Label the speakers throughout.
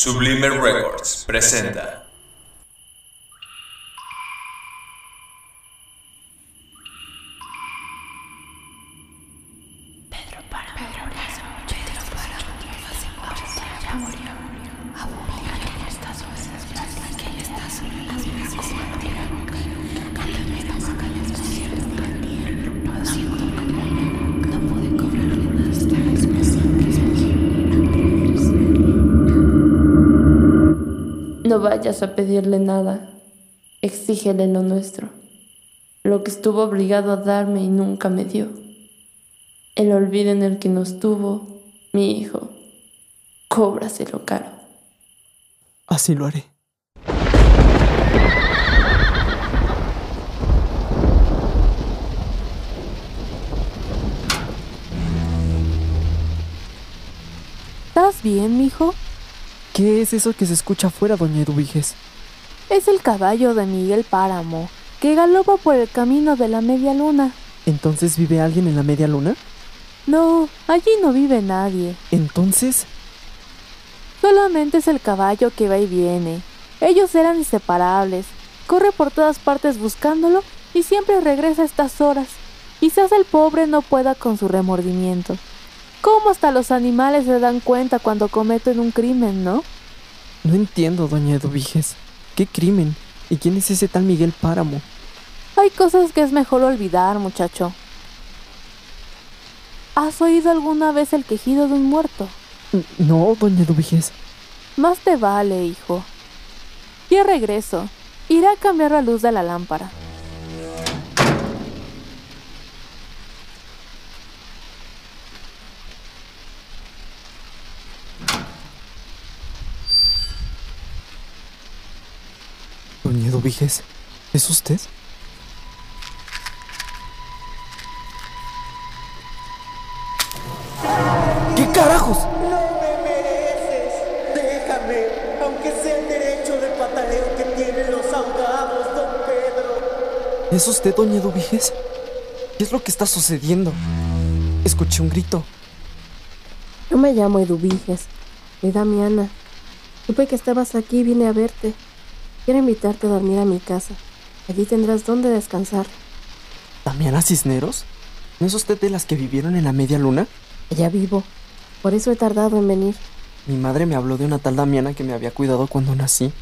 Speaker 1: Sublimer Records presenta.
Speaker 2: Pedro para Pedro para Pedro para hace 40 ya murió. Aburrida que está sobre las plantas, que ya está sobre las plantas, que no tira nunca, nunca, que la vida nunca les pusieron tan bien. Lo siento, Carolina, no pude cobrarle más, tal vez me siempre escogí antes.
Speaker 3: No vayas a pedirle nada. Exígele lo nuestro. Lo que estuvo obligado a darme y nunca me dio. El olvido en el que nos tuvo, mi hijo. Cóbraselo caro.
Speaker 4: Así lo haré.
Speaker 5: ¿Estás bien, mijo?
Speaker 4: ¿Qué es eso que se escucha afuera, doña Eduviges?
Speaker 5: Es el caballo de Miguel Páramo, que galopa por el camino de la media luna.
Speaker 4: ¿Entonces vive alguien en la media luna?
Speaker 5: No, allí no vive nadie.
Speaker 4: Entonces,
Speaker 5: Solamente es el caballo que va y viene. Ellos eran inseparables. Corre por todas partes buscándolo y siempre regresa a estas horas. Quizás el pobre no pueda con su remordimiento. ¿Cómo hasta los animales se dan cuenta cuando cometen un crimen, no?
Speaker 4: no entiendo, doña Eduviges. ¿Qué crimen? ¿Y quién es ese tal Miguel Páramo?
Speaker 5: Hay cosas que es mejor olvidar, muchacho. ¿Has oído alguna vez el quejido de un muerto?
Speaker 4: N- No, doña Eduviges.
Speaker 5: Más te vale, hijo. Ya regreso. Iré a cambiar la luz de la lámpara.
Speaker 4: Doña Eduviges, ¿es usted? ¿Qué carajos?
Speaker 6: No me mereces, déjame, aunque sea el derecho de pataleo que tienen los ahogados, don Pedro.
Speaker 4: ¿Es usted, doña Eduviges? ¿Qué es lo que está sucediendo? Escuché un grito.
Speaker 7: Yo me llamo Eduviges, soy Damiana. Supe que estabas aquí y vine a verte. Quiero invitarte a dormir a mi casa. Allí tendrás donde descansar.
Speaker 4: ¿Damiana Cisneros? ¿No es usted de las que vivieron en la media luna?
Speaker 7: Allá vivo. Por eso he tardado en venir.
Speaker 4: Mi madre me habló de una tal Damiana que me había cuidado cuando nací.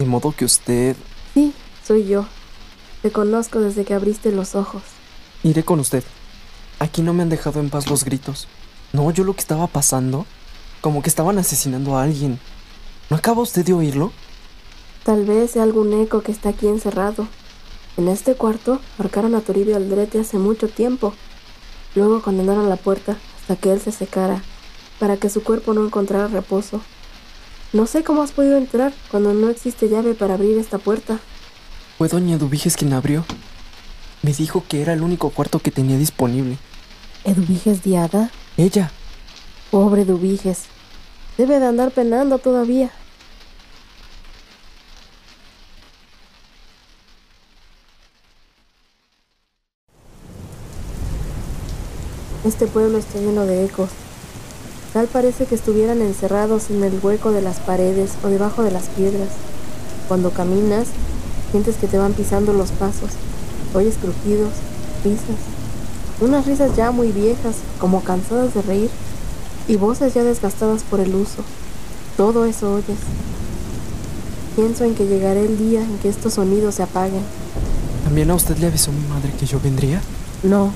Speaker 4: De modo que usted...
Speaker 7: Sí, soy yo. Te conozco desde que abriste los ojos.
Speaker 4: Iré con usted. Aquí no me han dejado en paz los gritos. ¿No oyó lo que estaba pasando? Como que estaban asesinando a alguien. ¿No acaba usted de oírlo?
Speaker 7: Tal vez sea algún eco que está aquí encerrado. En este cuarto ahorcaron a Toribio Aldrete hace mucho tiempo. Luego condenaron la puerta hasta que él se secara, para que su cuerpo no encontrara reposo. No sé cómo has podido entrar cuando no existe llave para abrir esta puerta.
Speaker 4: Fue doña Dubiges quien abrió. Me dijo que era el único cuarto que tenía disponible.
Speaker 7: ¿Eduviges Diada?
Speaker 4: Ella.
Speaker 7: Pobre Eduviges. Debe de andar penando todavía. Este pueblo está lleno de ecos. Tal parece que estuvieran encerrados en el hueco de las paredes o debajo de las piedras. Cuando caminas, sientes que te van pisando los pasos. Oyes crujidos, risas. Unas risas ya muy viejas, como cansadas de reír, y voces ya desgastadas por el uso. Todo eso oyes. Pienso en que llegará el día en que estos sonidos se apaguen.
Speaker 4: También a usted le avisó mi madre que yo vendría.
Speaker 7: No.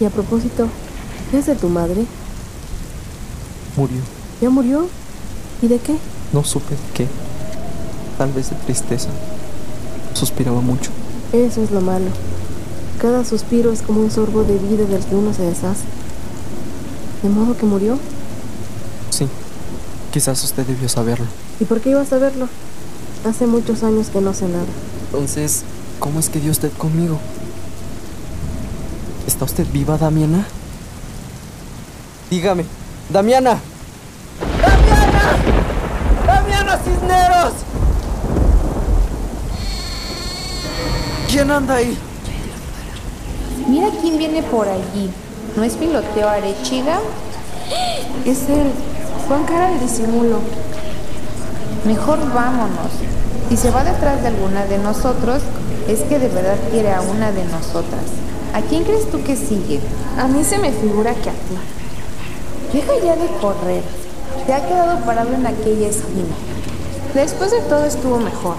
Speaker 7: Y a propósito, ¿qué es de tu madre?
Speaker 4: Murió.
Speaker 7: ¿Ya murió? ¿Y de qué?
Speaker 4: No supe de qué. Tal vez de tristeza. Suspiraba mucho.
Speaker 7: Eso es lo malo. Cada suspiro es como un sorbo de vida del que uno se deshace. ¿De modo que murió?
Speaker 4: Sí. Quizás usted debió saberlo.
Speaker 7: ¿Y por qué ibas a verlo? Hace muchos años que no sé nada.
Speaker 4: Entonces, ¿cómo es que dio usted conmigo? ¿Está usted viva, Damiana? Dígame, Damiana.
Speaker 6: ¡Damiana Cisneros!
Speaker 4: ¿Quién anda ahí?
Speaker 8: Mira quién viene por allí. ¿No es Piloteo Arechiga? Es él. Juan cara de disimulo. Mejor vámonos. Si se va detrás de alguna de nosotros, es que de verdad quiere a una de nosotras. ¿A quién crees tú que sigue?
Speaker 2: A mí se me figura que a ti.
Speaker 8: Deja ya de correr. Te ha quedado parado en aquella esquina.
Speaker 2: Después de todo estuvo mejor.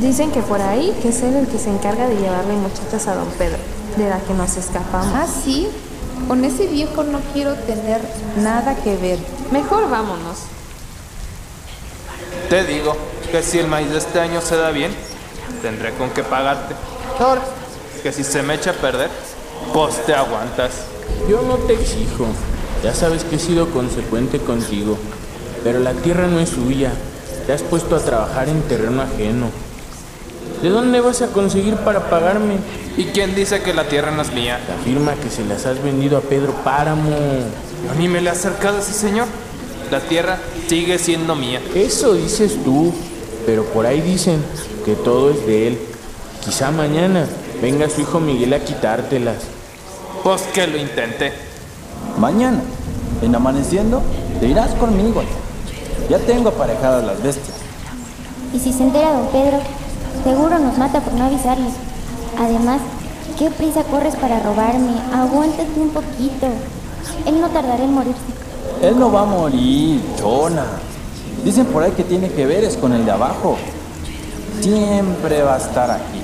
Speaker 2: Dicen que por ahí que es él el que se encarga de llevarle muchachas a don Pedro, de la que nos escapamos.
Speaker 8: Ah, sí. Con ese viejo no quiero tener nada que ver.
Speaker 2: Mejor vámonos.
Speaker 9: Te digo que si el maíz de este año se da bien, tendré con qué pagarte. Ahora, que si se me echa a perder, pues te aguantas.
Speaker 10: Yo no te exijo. Ya sabes que he sido consecuente contigo. Pero la tierra no es suya. Te has puesto a trabajar en terreno ajeno. ¿De dónde vas a conseguir para pagarme?
Speaker 9: ¿Y quién dice que la tierra no es mía?
Speaker 10: Te afirma que se las has vendido a Pedro Páramo.
Speaker 9: Yo ni me le he acercado a ese señor. La tierra sigue siendo mía.
Speaker 10: Eso dices tú, pero por ahí dicen que todo es de él. Quizá mañana venga su hijo Miguel a quitártelas.
Speaker 9: Pues que lo intenté.
Speaker 11: Mañana, en amaneciendo, te irás conmigo. Ya tengo aparejadas las bestias.
Speaker 12: Y si se entera don Pedro, seguro nos mata por no avisarle. Además, ¿qué prisa corres para robarme? Aguántate un poquito. Él no tardará en morirse.
Speaker 11: Él no va a morir, Chona. Dicen por ahí que tiene que ver es con el de abajo. Siempre va a estar aquí,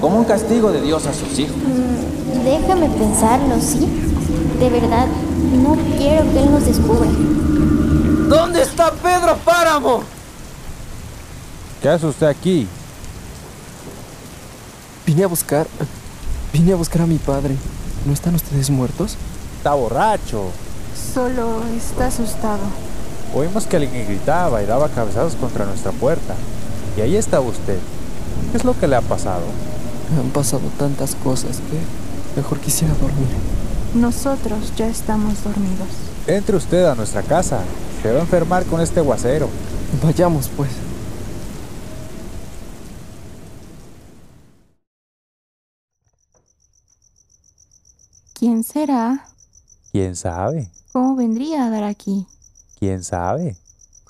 Speaker 11: como un castigo de Dios a sus hijos.
Speaker 12: Mm, déjame pensarlo, ¿sí? De verdad, no quiero que él nos descubra.
Speaker 13: ¿Dónde está Pedro Páramo?
Speaker 6: ¿Qué hace usted aquí?
Speaker 4: Vine a buscar. Vine a buscar a mi padre. ¿No están ustedes muertos?
Speaker 6: Está borracho.
Speaker 2: Solo está asustado.
Speaker 6: Oímos que alguien gritaba y daba cabezazos contra nuestra puerta. Y ahí está usted. ¿Qué es lo que le ha pasado?
Speaker 4: Han pasado tantas cosas que mejor quisiera dormir.
Speaker 2: Nosotros ya estamos dormidos.
Speaker 6: Entre usted a nuestra casa. Se va a enfermar con este aguacero.
Speaker 4: Vayamos pues.
Speaker 5: ¿Quién será?
Speaker 6: ¿Quién sabe?
Speaker 5: ¿Cómo vendría a dar aquí?
Speaker 6: ¿Quién sabe?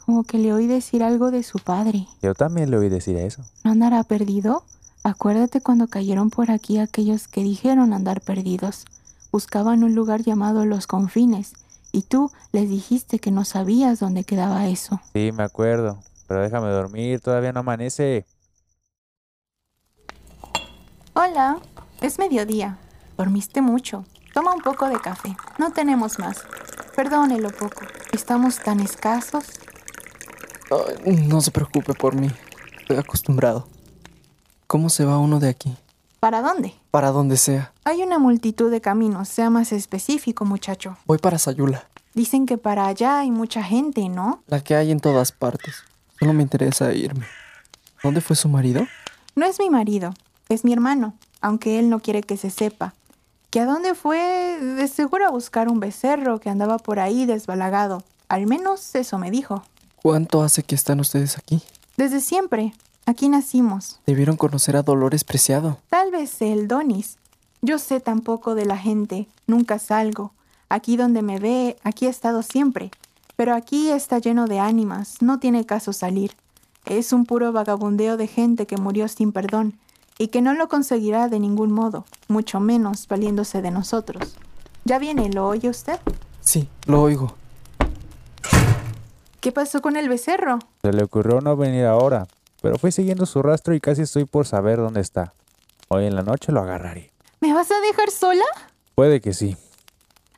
Speaker 5: Como que le oí decir algo de su padre.
Speaker 6: Yo también le oí decir eso.
Speaker 5: ¿No andará perdido? Acuérdate cuando cayeron por aquí aquellos que dijeron andar perdidos. Buscaban un lugar llamado Los Confines, y tú les dijiste que no sabías dónde quedaba eso.
Speaker 6: Sí, me acuerdo, pero déjame dormir, todavía no amanece.
Speaker 2: Hola, es mediodía. Dormiste mucho. Toma un poco de café. No tenemos más. Perdónelo poco. Estamos tan escasos.
Speaker 4: Ay, no se preocupe por mí. Estoy acostumbrado. ¿Cómo se va uno de aquí?
Speaker 2: ¿Para dónde?
Speaker 4: Para donde sea.
Speaker 2: Hay una multitud de caminos. Sea más específico, muchacho.
Speaker 4: Voy para Sayula,
Speaker 2: Dicen que para allá hay mucha gente, ¿no?
Speaker 4: la que hay en todas partes. Solo me interesa irme. ¿Dónde fue su marido?
Speaker 2: No es mi marido. Es mi hermano. Aunque él no quiere que se sepa. ¿Que a dónde fue? De seguro a buscar un becerro que andaba por ahí desbalagado. Al menos eso me dijo.
Speaker 4: ¿Cuánto hace que están ustedes aquí?
Speaker 2: Desde siempre. Aquí nacimos.
Speaker 4: Debieron conocer a Dolores Preciado.
Speaker 2: Tal vez el Donis. Yo sé tampoco de la gente. Nunca salgo. Aquí donde me ve, aquí he estado siempre. Pero aquí está lleno de ánimas. No tiene caso salir. Es un puro vagabundeo de gente que murió sin perdón y que no lo conseguirá de ningún modo, mucho menos valiéndose de nosotros. Ya viene, ¿lo oye usted?
Speaker 4: Sí, lo oigo.
Speaker 2: ¿Qué pasó con el becerro?
Speaker 6: Se le ocurrió no venir ahora, pero fui siguiendo su rastro y casi estoy por saber dónde está. Hoy en la noche lo agarraré.
Speaker 2: ¿Me vas a dejar sola?
Speaker 6: Puede que sí.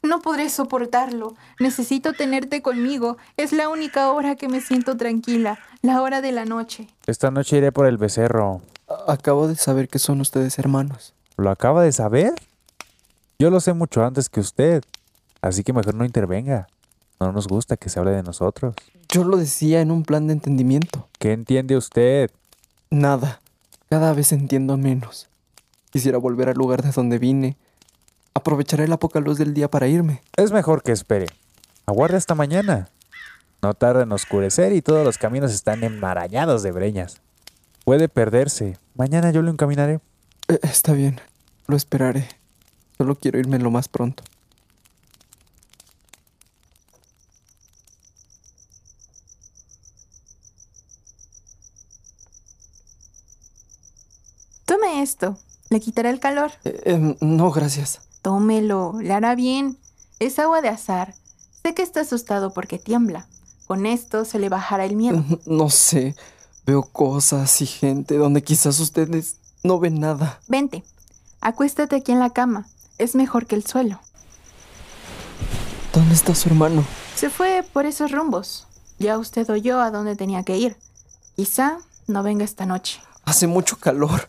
Speaker 2: No podré soportarlo. Necesito tenerte conmigo. Es la única hora que me siento tranquila, la hora de la noche.
Speaker 6: Esta noche iré por el becerro.
Speaker 4: A- Acabo de saber que son ustedes hermanos.
Speaker 6: ¿Lo acaba de saber? Yo lo sé mucho antes que usted, así que mejor no intervenga. No nos gusta que se hable de nosotros.
Speaker 4: Yo lo decía en un plan de entendimiento.
Speaker 6: ¿Qué entiende usted?
Speaker 4: Nada. Cada vez entiendo menos. Quisiera volver al lugar de donde vine. Aprovecharé la poca luz del día para irme.
Speaker 6: Es mejor que espere. Aguarde hasta mañana. No tarda en oscurecer y todos los caminos están enmarañados de breñas. Puede perderse. Mañana yo lo encaminaré.
Speaker 4: Eh, está bien. Lo esperaré. Solo quiero irme lo más pronto.
Speaker 2: Tome esto. Le quitará el calor.
Speaker 4: Eh, eh, no, gracias.
Speaker 2: Tómelo. Le hará bien. Es agua de azar. Sé que está asustado porque tiembla. Con esto se le bajará el
Speaker 4: Mm.
Speaker 2: miedo.
Speaker 4: No sé. Veo cosas y gente donde quizás ustedes no ven nada.
Speaker 2: Vente. Acuéstate aquí en la cama. Es mejor que el suelo.
Speaker 4: ¿Dónde está su hermano?
Speaker 2: Se fue por esos rumbos. Ya usted oyó a dónde tenía que ir. Quizá no venga esta noche.
Speaker 4: Hace mucho calor.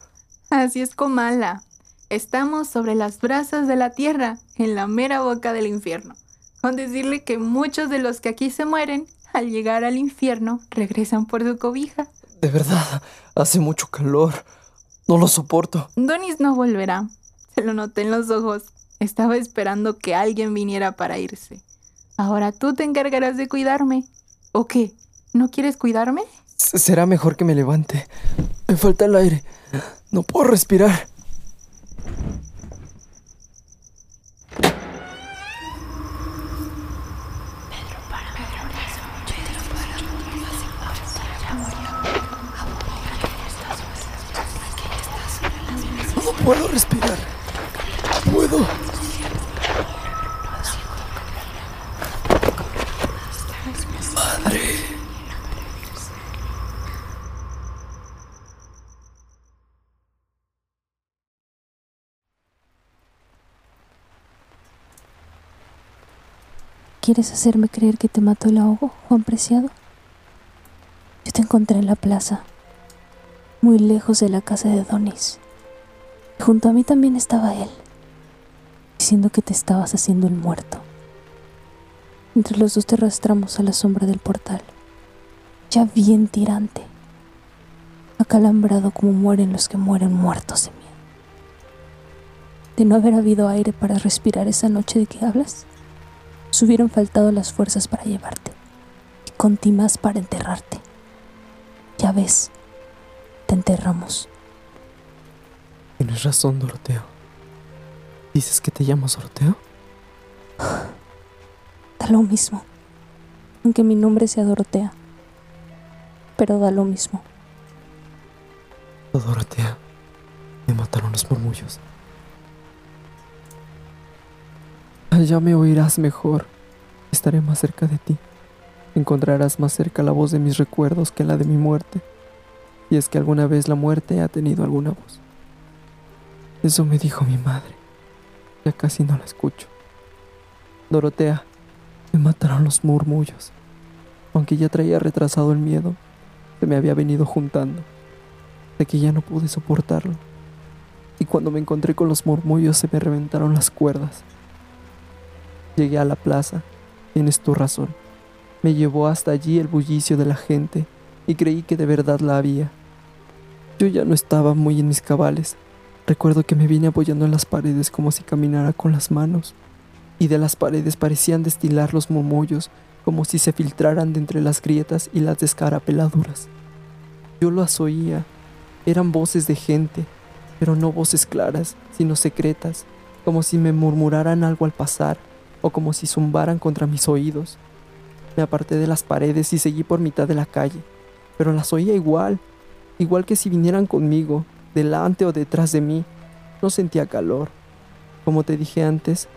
Speaker 2: Así es, Comala. Estamos sobre las brasas de la tierra, en la mera boca del infierno. Con decirle que muchos de los que aquí se mueren, al llegar al infierno, regresan por su cobija.
Speaker 4: De verdad, hace mucho calor. No lo soporto.
Speaker 2: Donis no volverá. Se lo noté en los ojos. Estaba esperando que alguien viniera para irse. Ahora tú te encargarás de cuidarme. ¿O qué? ¿No quieres cuidarme?
Speaker 4: S- será mejor que me levante. Me falta el aire. No puedo respirar. No puedo respirar. No puedo. Madre.
Speaker 3: ¿Quieres hacerme creer que te mató el ahogo, Juan Preciado? Yo te encontré en la plaza, muy lejos de la casa de Donis. Y junto a mí también estaba él, diciendo que te estabas haciendo el muerto. Entre los dos te arrastramos a la sombra del portal, ya bien tirante, acalambrado como mueren los que mueren muertos de miedo. De no haber habido aire para respirar esa noche de que hablas, nos hubieran faltado las fuerzas para llevarte y con timas para enterrarte. Ya ves, te enterramos.
Speaker 4: Tienes razón, Doroteo. ¿Dices que te llamas Doroteo?
Speaker 3: Da lo mismo, aunque mi nombre sea Dorotea, pero da lo mismo.
Speaker 4: Dorotea. Me mataron los murmullos. Allá me oirás mejor. Estaré más cerca de ti. Encontrarás más cerca la voz de mis recuerdos que la de mi muerte. Y es que alguna vez la muerte ha tenido alguna voz. Eso me dijo mi madre. Ya casi no la escucho. Dorotea, me mataron los murmullos. Aunque ya traía retrasado el miedo, se me había venido juntando. De que ya no pude soportarlo. Y cuando me encontré con los murmullos se me reventaron las cuerdas. Llegué a la plaza. Tienes tu razón. Me llevó hasta allí el bullicio de la gente y creí que de verdad la había. Yo ya no estaba muy en mis cabales. Recuerdo que me vine apoyando en las paredes como si caminara con las manos. Y de las paredes parecían destilar los murmullos como si se filtraran de entre las grietas y las descarapeladuras. Yo las oía. Eran voces de gente, pero no voces claras, sino secretas, como si me murmuraran algo al pasar o como si zumbaran contra mis oídos. Me aparté de las paredes y seguí por mitad de la calle, pero las oía igual, igual que si vinieran conmigo, delante o detrás de mí. No sentía calor. Como te dije antes,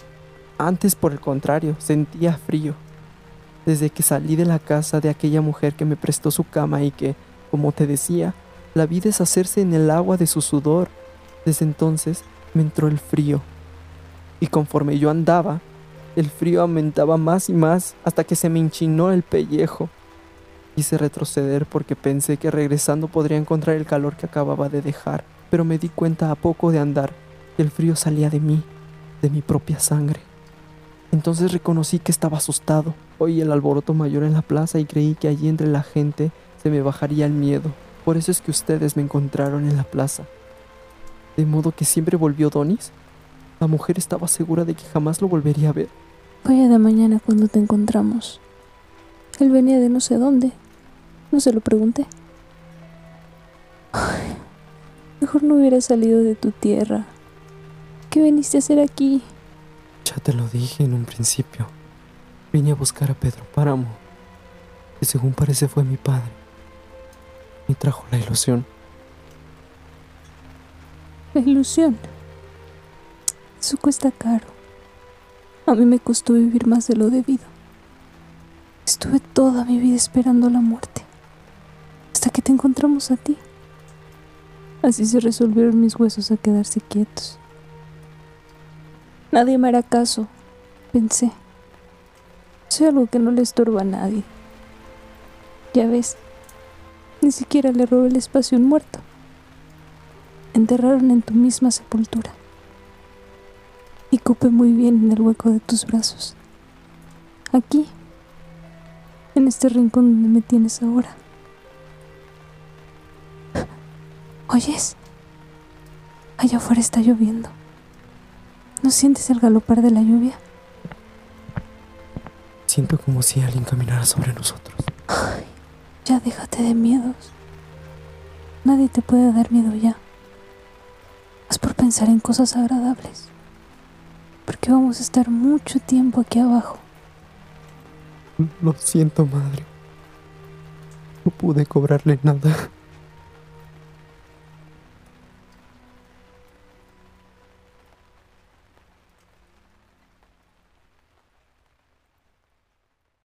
Speaker 4: antes por el contrario, sentía frío. Desde que salí de la casa de aquella mujer que me prestó su cama y que, como te decía, la vi deshacerse en el agua de su sudor, desde entonces me entró el frío. Y conforme yo andaba, el frío aumentaba más y más hasta que se me hinchinó el pellejo. Quise retroceder porque pensé que regresando podría encontrar el calor que acababa de dejar, pero me di cuenta a poco de andar que el frío salía de mí, de mi propia sangre. Entonces reconocí que estaba asustado. Oí el alboroto mayor en la plaza y creí que allí entre la gente se me bajaría el miedo. Por eso es que ustedes me encontraron en la plaza. ¿De modo que siempre volvió Donis? La mujer estaba segura de que jamás lo volvería a ver.
Speaker 3: Fue ya de mañana cuando te encontramos. Él venía de no sé dónde. No se lo pregunté. Ay, mejor no hubiera salido de tu tierra. ¿Qué veniste a hacer aquí?
Speaker 4: Ya te lo dije en un principio. Vine a buscar a Pedro Páramo, que según parece fue mi padre. Me trajo la ilusión.
Speaker 2: La ilusión. Eso cuesta caro. A mí me costó vivir más de lo debido. Estuve toda mi vida esperando la muerte. Hasta que te encontramos a ti. Así se resolvieron mis huesos a quedarse quietos. Nadie me hará caso, pensé. Soy algo que no le estorba a nadie. Ya ves, ni siquiera le robé el espacio a un muerto. Enterraron en tu misma sepultura. Y cupe muy bien en el hueco de tus brazos. Aquí, en este rincón donde me tienes ahora. ¿Oyes? Allá afuera está lloviendo. ¿No sientes el galopar de la lluvia?
Speaker 4: Siento como si alguien caminara sobre nosotros.
Speaker 2: Ay, ya déjate de miedos. Nadie te puede dar miedo ya. Haz por pensar en cosas agradables. Porque vamos a estar mucho tiempo aquí abajo.
Speaker 4: Lo siento, madre. No pude cobrarle nada.